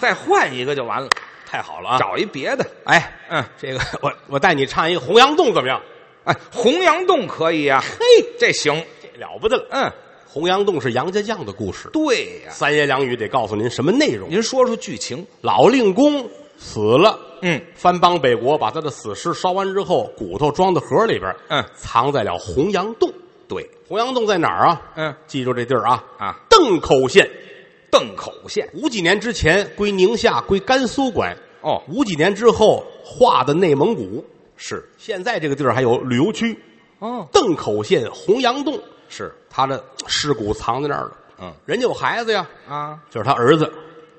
Speaker 2: 再换一个就完了，
Speaker 1: 太好了啊！
Speaker 2: 找一别的。
Speaker 1: 哎，
Speaker 2: 嗯，
Speaker 1: 这个我我带你唱一个《洪崖洞》怎么样？
Speaker 2: 哎，洪阳洞可以啊，
Speaker 1: 嘿，
Speaker 2: 这行。
Speaker 1: 这了不得了！
Speaker 2: 嗯，
Speaker 1: 《洪崖洞》是杨家将的故事，
Speaker 2: 对呀、
Speaker 1: 三言两语得告诉您什么内容。
Speaker 2: 您说说剧情。
Speaker 1: 老令公死了。
Speaker 2: 嗯，
Speaker 1: 藩邦北国把他的死尸烧完之后，骨头装到盒里边，
Speaker 2: 嗯
Speaker 1: 藏在了洪阳洞。
Speaker 2: 对，
Speaker 1: 洪阳洞在哪儿啊？
Speaker 2: 嗯，
Speaker 1: 记住这地儿啊
Speaker 2: 啊，
Speaker 1: 邓口县。
Speaker 2: 邓口县。
Speaker 1: 五几年之前归宁夏、归甘肃管，
Speaker 2: 哦，
Speaker 1: 五几年之后划的内蒙古。
Speaker 2: 是，
Speaker 1: 现在这个地儿还有旅游区，
Speaker 2: 哦，
Speaker 1: 邓口县洪阳洞，
Speaker 2: 是，
Speaker 1: 他的尸骨藏在那儿了。
Speaker 2: 嗯
Speaker 1: 人家有孩子呀，
Speaker 2: 啊，
Speaker 1: 就是他儿子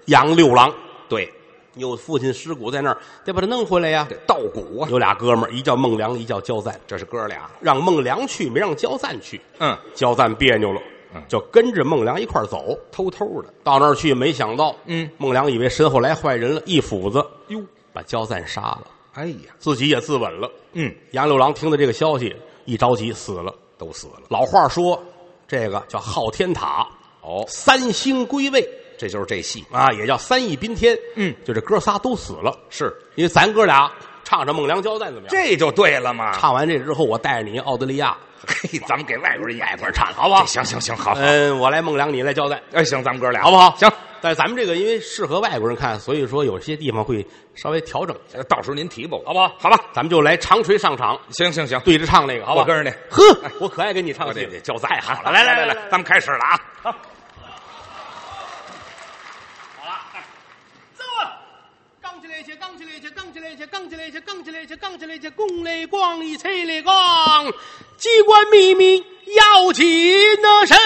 Speaker 1: 杨六郎，
Speaker 2: 对，
Speaker 1: 有父亲尸骨在那儿，得把他弄回来呀
Speaker 2: 这。稻谷啊，
Speaker 1: 有俩哥们儿，一叫孟良，一叫焦赞。
Speaker 2: 这是哥俩。
Speaker 1: 让孟良去，没让焦赞去。
Speaker 2: 嗯，
Speaker 1: 焦赞别扭了
Speaker 2: 嗯，
Speaker 1: 就跟着孟良一块儿走。
Speaker 2: 偷偷的。
Speaker 1: 到那儿去，没想到，
Speaker 2: 嗯，
Speaker 1: 孟良以为身后来坏人了，一斧子
Speaker 2: 哟，
Speaker 1: 把焦赞杀了，
Speaker 2: 哎呀，
Speaker 1: 自己也自刎了。
Speaker 2: 嗯，
Speaker 1: 杨六郎听到这个消息，一着急死了。
Speaker 2: 都死了。
Speaker 1: 老话说，这个叫昊天塔，
Speaker 2: 哦，
Speaker 1: 三星归位
Speaker 2: 这就是这戏。
Speaker 1: 啊，也叫三义宾天。
Speaker 2: 嗯
Speaker 1: 就这哥仨都死了，
Speaker 2: 是，
Speaker 1: 因为咱哥俩唱上孟良焦赞怎么样？
Speaker 2: 这就对了嘛。
Speaker 1: 唱完这之后，我带着你澳大利亚
Speaker 2: 嘿，咱们给外国人演
Speaker 1: 一
Speaker 2: 一
Speaker 1: 块儿
Speaker 2: 块儿
Speaker 1: 唱，好不好？
Speaker 2: 行行行，好。
Speaker 1: 嗯，我来孟良，你来交代，
Speaker 2: 哎，行，咱们哥俩
Speaker 1: 好不好？
Speaker 2: 行，
Speaker 1: 但是咱们这个因为适合外国人看，所以说有些地方会稍微调整一下，
Speaker 2: 到时候您提吧，
Speaker 1: 好不好？
Speaker 2: 好吧，
Speaker 1: 咱们就来长锤上场，
Speaker 2: 行行行，
Speaker 1: 对着唱那个，好不好？
Speaker 2: 我跟着你
Speaker 1: 呵，我可爱跟你唱
Speaker 2: 我
Speaker 1: 戏
Speaker 2: 这
Speaker 1: 了
Speaker 2: 这教材好了，
Speaker 1: 来来
Speaker 2: 来
Speaker 1: 来
Speaker 2: 来
Speaker 1: 来，
Speaker 2: 咱们开始了啊！
Speaker 3: 走啊！杠起来去，杠起来去，杠起来去，杠起来去，杠起来去，杠起来去，拱来咣一吹来咣，机关秘密要谨慎。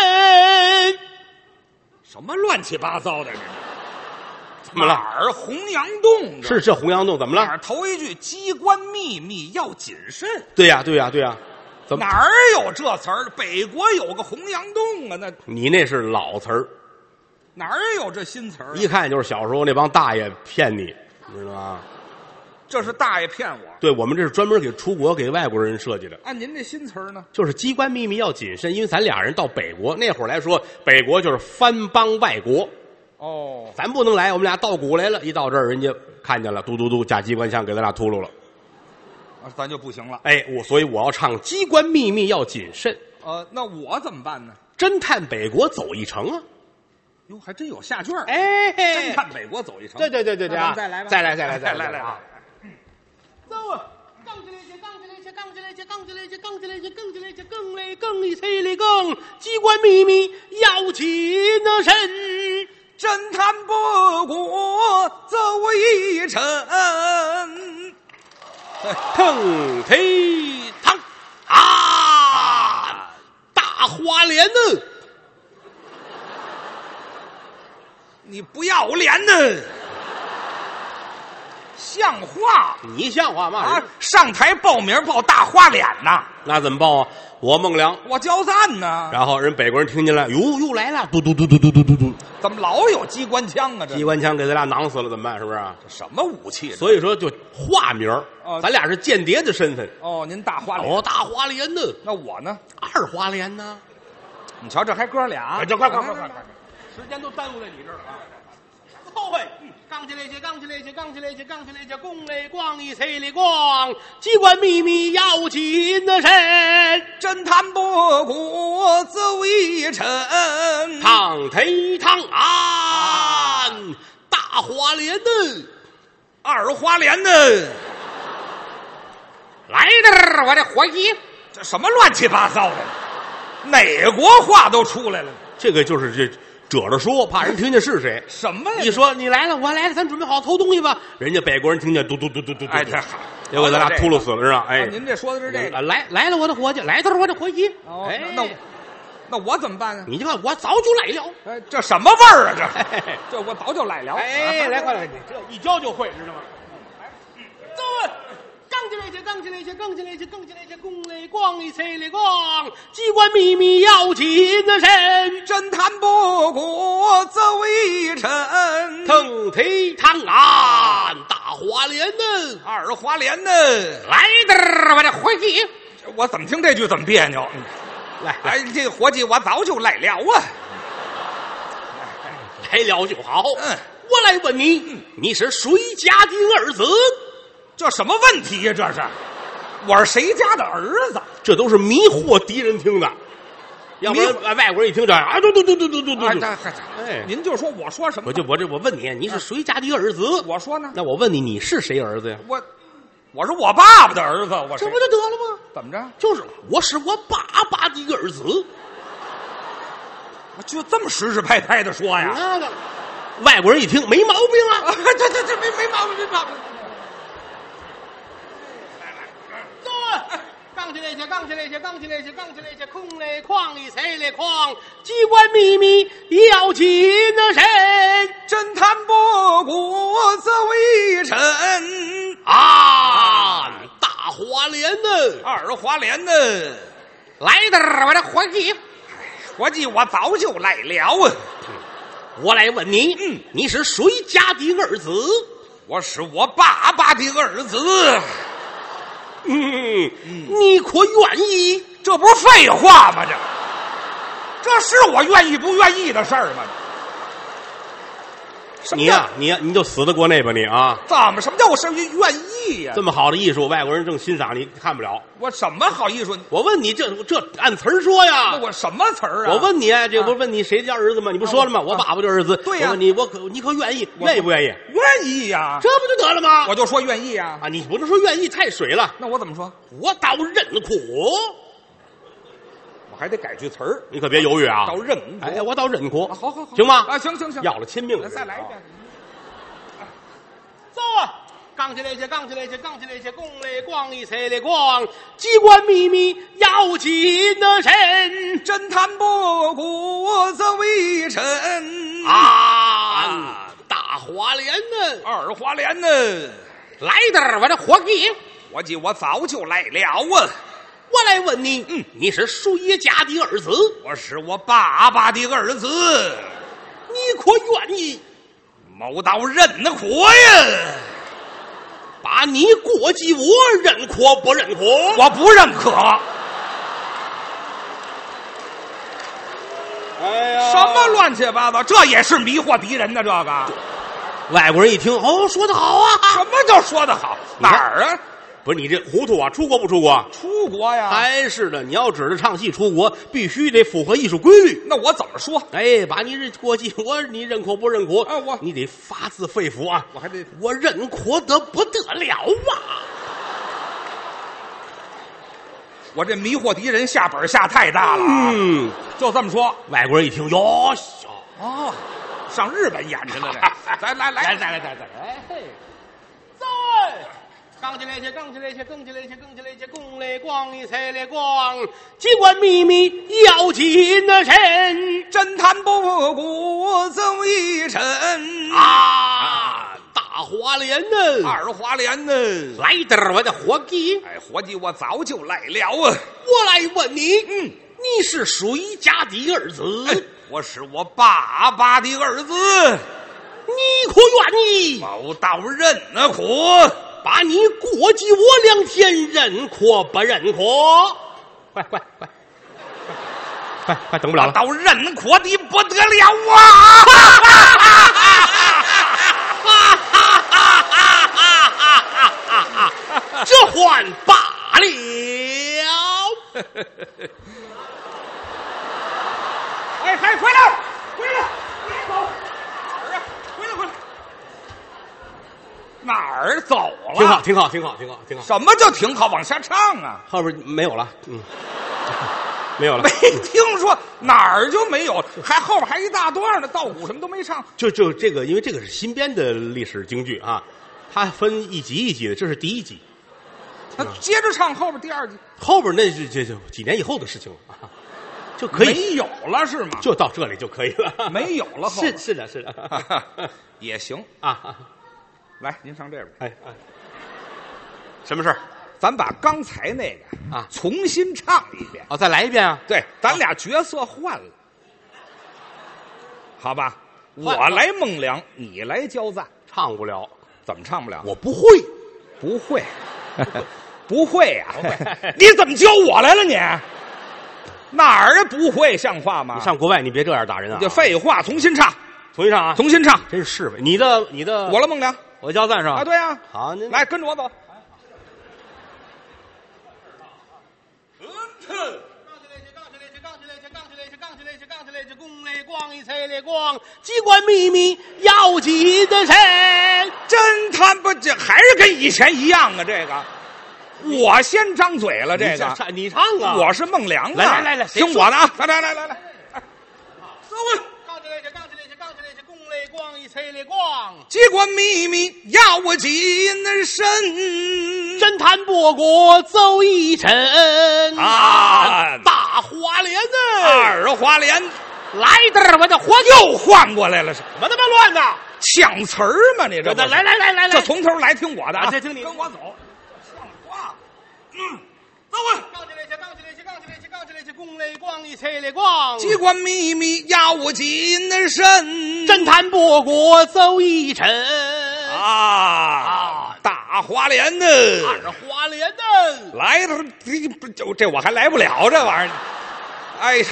Speaker 2: 什么乱七八糟的？怎
Speaker 1: 么了
Speaker 2: 哪儿洪阳洞？
Speaker 1: 是这洪崖洞怎么
Speaker 2: 哪
Speaker 1: 了？
Speaker 2: 儿头一句机关秘密要谨慎？
Speaker 1: 对呀，对呀，对呀，怎么？
Speaker 2: 哪儿有这词儿？北国有个洪阳洞啊，那
Speaker 1: 你那是老词儿，
Speaker 2: 哪儿有这新词儿啊？
Speaker 1: 一看就是小时候那帮大爷骗你，你知道吗？
Speaker 2: 这是大爷骗我。
Speaker 1: 对我们这是专门给出国给外国人设计的。
Speaker 2: 按您这新词儿呢？
Speaker 1: 就是机关秘密要谨慎，因为咱俩人到北国那会儿来说，北国就是藩邦外国，
Speaker 2: 哦，
Speaker 1: 咱不能来，我们俩到古来了，一到这儿人家看见了，嘟嘟嘟，架机关枪给咱俩秃噜了。
Speaker 2: 啊咱就不行了。
Speaker 1: 哎，我所以我要唱机关秘密要谨慎，
Speaker 2: 呃，那我怎么办呢？
Speaker 1: 侦探北国走一程啊！
Speaker 2: 哟，还真有下卷儿。
Speaker 1: 哎，
Speaker 2: 侦探北国走一程。
Speaker 1: 对对对对对啊！
Speaker 2: 那咱们再来吧
Speaker 1: 再来再来
Speaker 2: 再来
Speaker 1: 来
Speaker 2: 来
Speaker 1: 啊！
Speaker 3: 走啊！杠起来去，杠起来去，杠起来去，杠起来去，杠起来去，杠起来去，更嘞更嘞，催嘞更，机关秘密要紧那神。
Speaker 2: 侦探北国走一程。
Speaker 1: 腾踢腾啊！大花脸呢？
Speaker 2: 你不要脸呢？像话
Speaker 1: 你像话骂
Speaker 2: 啊
Speaker 1: 人？！
Speaker 2: 上台报名报大花脸呐，
Speaker 1: 那怎么报啊？我孟良。
Speaker 2: 我焦赞呢。
Speaker 1: 然后人北国人听见了，哟，又来了，嘟嘟嘟嘟嘟嘟嘟嘟，
Speaker 2: 怎么老有机关枪啊？这
Speaker 1: 机关枪给咱俩囊死了，怎么办？是不是啊？
Speaker 2: 什么武器？
Speaker 1: 所以说就化名儿
Speaker 2: 哦
Speaker 1: 咱俩是间谍的身份。
Speaker 2: 哦，您大花脸。
Speaker 1: 哦，大花莲呢？
Speaker 2: 那我呢？
Speaker 1: 二花莲呢？
Speaker 2: 你瞧这还哥俩
Speaker 1: 哎，这快快快快快！
Speaker 3: 时间都耽误在你这儿了啊！后悔，杠起来去，杠起来去，杠起来去，杠起来去，拱嘞逛一催嘞逛，机关秘密要紧那神。
Speaker 2: 侦探不国走一程。
Speaker 1: 烫忒烫啊！大花莲呢？
Speaker 2: 二花脸呢？
Speaker 1: 来这儿，我这活计。
Speaker 2: 这什么乱七八糟的？哪国话都出来了？
Speaker 1: 这个就是这褶着说，怕人听见是谁。
Speaker 2: 什么
Speaker 1: 一
Speaker 2: 呀？
Speaker 1: 说你来了，我来了，咱准备好偷东西吧。人家北国人听见嘟嘟嘟嘟嘟嘟，
Speaker 2: 哎，
Speaker 1: 嘟
Speaker 2: 这
Speaker 1: 结果咱俩秃噜死了是吧？哎
Speaker 2: 啊，您这说的是这个。
Speaker 1: 来来了我的伙计，来的是我的伙计。
Speaker 2: 哦，
Speaker 1: 哎，
Speaker 2: 那我那我怎么办啊？
Speaker 1: 你就看我早就来了。
Speaker 2: 哎，这什么味儿啊？
Speaker 1: 嘿
Speaker 2: 这
Speaker 1: 嘿嘿
Speaker 2: 这我早就来了。
Speaker 1: 哎，来快
Speaker 2: 快
Speaker 1: 来，你这一教就会，知道吗？
Speaker 3: 走啊！杠起来去，杠起来去，杠起来去，杠起来去，拱嘞逛一催嘞逛，机关秘密要紧
Speaker 1: 啊
Speaker 3: 那神。
Speaker 2: 侦探不国走一程，
Speaker 1: 腾忒长安大花脸呢，
Speaker 2: 二花莲呢？
Speaker 1: 来的儿我这伙计，
Speaker 2: 这我怎么听这句怎么别扭？
Speaker 1: 来来
Speaker 2: 哎，这个伙计我早就来了啊。
Speaker 1: 来了就好。
Speaker 2: 嗯
Speaker 1: 我来问你，你是谁家的儿子？
Speaker 2: 这什么问题呀、这是，我是谁家的儿子？
Speaker 1: 这都是迷惑敌人听的，要不
Speaker 2: 迷
Speaker 1: 然外国人一听这，啊，嘟嘟嘟嘟嘟嘟嘟
Speaker 2: 哎，
Speaker 1: 嘟，
Speaker 2: 这这
Speaker 1: 哎
Speaker 2: 您就说我说什么
Speaker 1: 我？就我这我问你，你是谁家的儿子？
Speaker 2: 嗯我嗯说呢？
Speaker 1: 那我问你，你是谁儿子呀？
Speaker 2: 我我是我爸爸的儿子，我是
Speaker 1: 这不就得了吗？
Speaker 2: 怎么着？
Speaker 1: 就是我是我爸爸的儿子。
Speaker 2: 我就这么实实拍拍的说呀？
Speaker 1: 那个外国人一听没毛病
Speaker 2: 啊，
Speaker 1: 啊，
Speaker 2: 这这这没没毛病，没毛病。
Speaker 3: 走啊！杠起来去，杠起来去，杠起来去，杠起来去，空嘞逛一催嘞逛，机关秘密要紧那神。
Speaker 2: 侦探不国则为臣，
Speaker 1: 啊，大花脸呢？
Speaker 2: 二花莲呢？
Speaker 1: 来的儿，我这伙计，
Speaker 2: 伙计，我早就来了啊！
Speaker 1: 我来问你，
Speaker 2: 嗯，
Speaker 1: 你是谁家的儿子？
Speaker 2: 我是我爸爸的儿子，
Speaker 1: 嗯，你可愿意？
Speaker 2: 这不是废话吗？这这是我愿意不愿意的事儿吗？什么
Speaker 1: 你
Speaker 2: 叫、
Speaker 1: 呀、你呀、你就死在国内吧你啊！
Speaker 2: 怎么什么叫我是愿意呀、
Speaker 1: 这么好的艺术，外国人正欣赏，你看不了。
Speaker 2: 我什么好艺术？
Speaker 1: 我问你，这这按词儿说呀
Speaker 2: 那。我什么词儿啊？啊
Speaker 1: 我问你，这不是问你谁家儿子吗？你不说了吗？我爸爸就是儿子。
Speaker 2: 对呀
Speaker 1: 我问你，我可你可愿意？
Speaker 2: 我
Speaker 1: 愿意不愿意？
Speaker 2: 愿意呀、
Speaker 1: 这不就得了吗？
Speaker 2: 我就说愿意呀、
Speaker 1: 啊，你不能说愿意太水了，
Speaker 2: 那我怎么说？
Speaker 1: 我倒认苦，
Speaker 2: 我还得改句词儿，
Speaker 1: 你可别犹豫啊。
Speaker 2: 到任务。
Speaker 1: 哎，我倒认苦，
Speaker 2: 啊好好好
Speaker 1: 行吗？
Speaker 2: 啊，行行行，
Speaker 1: 要了亲命啊
Speaker 2: 那
Speaker 1: 了，
Speaker 2: 再来一遍。
Speaker 3: 走啊！杠起来去，杠起来去，杠起来去，拱嘞逛一催嘞逛，机关秘密要紧那神。
Speaker 2: 侦探不古则为臣
Speaker 1: 啊！大花脸呢？
Speaker 2: 二花莲呢？
Speaker 1: 来的儿，我这伙计，
Speaker 2: 伙计，我早就来了啊！
Speaker 1: 我来问你，嗯，你是谁家的儿子？
Speaker 2: 我是我爸爸的儿子，
Speaker 1: 你可愿意
Speaker 2: 某道认得活呀！
Speaker 1: 把你过继我认可不认可？
Speaker 2: 我不认可。
Speaker 1: 哎呀
Speaker 2: 什么乱七八糟，这也是迷惑别人的这个。
Speaker 1: 啊外国人一听，哦，说的好啊！
Speaker 2: 什么叫说的好？
Speaker 1: 嗯
Speaker 2: 哪儿啊？
Speaker 1: 不是你这糊涂啊，出国不出国？
Speaker 2: 出国呀？，
Speaker 1: 还是的，你要指着唱戏出国，必须得符合艺术规律。
Speaker 2: 那我怎么说？
Speaker 1: 哎，把你这国际我你认可不认可？
Speaker 2: 哎我
Speaker 1: 你得发自肺腑啊！
Speaker 2: 我还得
Speaker 1: 我认可得不得了啊！
Speaker 2: 我这迷惑敌人下本下太大了啊，
Speaker 1: 嗯，
Speaker 2: 就这么说。
Speaker 1: 外国人一听，哟西，
Speaker 2: 哦，上日本演去了这，咱 来来来来来来，
Speaker 3: 在。刚起来去，刚起来去，更起来去，更起来去，拱来逛一踩来逛，机关秘密要紧的神
Speaker 2: 侦探不古奏一枕，
Speaker 1: 啊，大花脸呢？
Speaker 2: 二花脸呢？
Speaker 1: 来点儿我的活计，
Speaker 2: 哎，伙计，我早就来了啊！
Speaker 1: 我来问你，嗯，你是谁家的儿子？
Speaker 2: 哎，我是我爸爸的儿子，
Speaker 1: 你可愿意
Speaker 2: 宝刀刃呢苦，
Speaker 1: 把你过继我两天，认可不认可？快快快！快快等不了了！
Speaker 2: 刀刃苦的不得了啊！
Speaker 1: 这还罢了。
Speaker 2: 哎，还回来，回来，回来走，哪儿啊？回来，回来，哪儿走 了？
Speaker 1: 挺好，挺好，挺好，挺好，挺好。
Speaker 2: 什么叫挺好？往下唱啊！
Speaker 1: 后边没有了，嗯，没有了
Speaker 2: 没，听说哪儿就没有，还后边还一大段呢，稻谷什么都没唱。
Speaker 1: 就就这个，因为这个是新编的历史京剧啊，它分一集一集的，这是第一集，
Speaker 2: 他接着唱后边第二句，
Speaker 1: 后边那是这就几年以后的事情了，啊就可以
Speaker 2: 没有了是吗？
Speaker 1: 就到这里就可以了，
Speaker 2: 没有了 后
Speaker 1: 是是的，是的，
Speaker 2: 也行。
Speaker 1: 啊，
Speaker 2: 来，您上这边，
Speaker 1: 哎哎，什么事儿
Speaker 2: 咱把刚才那个
Speaker 1: 啊
Speaker 2: 重新唱哦一遍。
Speaker 1: 啊？再来一遍啊！
Speaker 2: 对，咱俩角色换了，好吧？我
Speaker 1: 换了
Speaker 2: 来孟良，你来焦赞，
Speaker 1: 唱不了，
Speaker 2: 怎么唱不了？
Speaker 1: 我不会，
Speaker 2: 不会， 不 会呀、
Speaker 1: 不会
Speaker 2: 你怎么教我来了你？哪儿不会像话吗？
Speaker 1: 你上国外你别这样打人啊！
Speaker 2: 啊你就废话，重新唱，
Speaker 1: 重新上啊！
Speaker 2: 重新唱。
Speaker 1: 真是是呗，你的你的，
Speaker 2: 我来孟良
Speaker 1: 我叫赞是吧？
Speaker 2: 啊，对呀、
Speaker 1: 好，您
Speaker 2: 来跟着我走。
Speaker 3: 杠起来去，杠起来去，杠起来去，杠起来去，杠起来去，杠起来去，拱来逛一踩来逛，机关秘密要紧的神。
Speaker 2: 侦探不这还是跟以前一样啊？这个，我先张嘴了，这
Speaker 1: 你
Speaker 2: 个
Speaker 1: 唱唱你唱啊！
Speaker 2: 我是孟良啊！
Speaker 1: 来来来来谁
Speaker 2: 听我的啊！来来来来来，走啊！
Speaker 3: 杠起来去，杠起来去，杠起来去，拱来逛一踩来逛。
Speaker 2: 机关秘密要我紧身，
Speaker 3: 侦探破国奏一程
Speaker 2: 啊
Speaker 3: 大花脸呢？
Speaker 2: 二花连
Speaker 3: 来点儿我的活就
Speaker 2: 又换过来了，是
Speaker 3: 怎么那么乱呢？
Speaker 2: 抢词儿吗？你这不
Speaker 3: 来
Speaker 2: 是
Speaker 3: 来来来来，
Speaker 2: 这从头来，听我的啊！
Speaker 3: 啊这听你
Speaker 2: 跟我走，像话？嗯，走啊！
Speaker 3: 杠起来去，杠起来去，杠起来去，杠起来去，拱来逛一踩来逛。
Speaker 2: 机关秘密要我紧身，
Speaker 3: 侦探破国奏一程
Speaker 2: 啊！大花连呢？
Speaker 3: 二花莲的
Speaker 2: 来了，这不这这我还来不了这玩意儿。哎呀，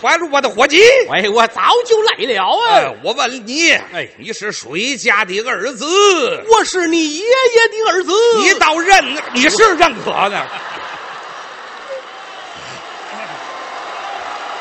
Speaker 2: 还是我的伙计。
Speaker 1: 哎，我早就来了
Speaker 2: 哎
Speaker 1: 啊！，
Speaker 2: 我问你，
Speaker 1: 哎
Speaker 2: 你是谁家的儿子？
Speaker 1: 我是你爷爷的儿子，
Speaker 2: 你倒认，你是认可的。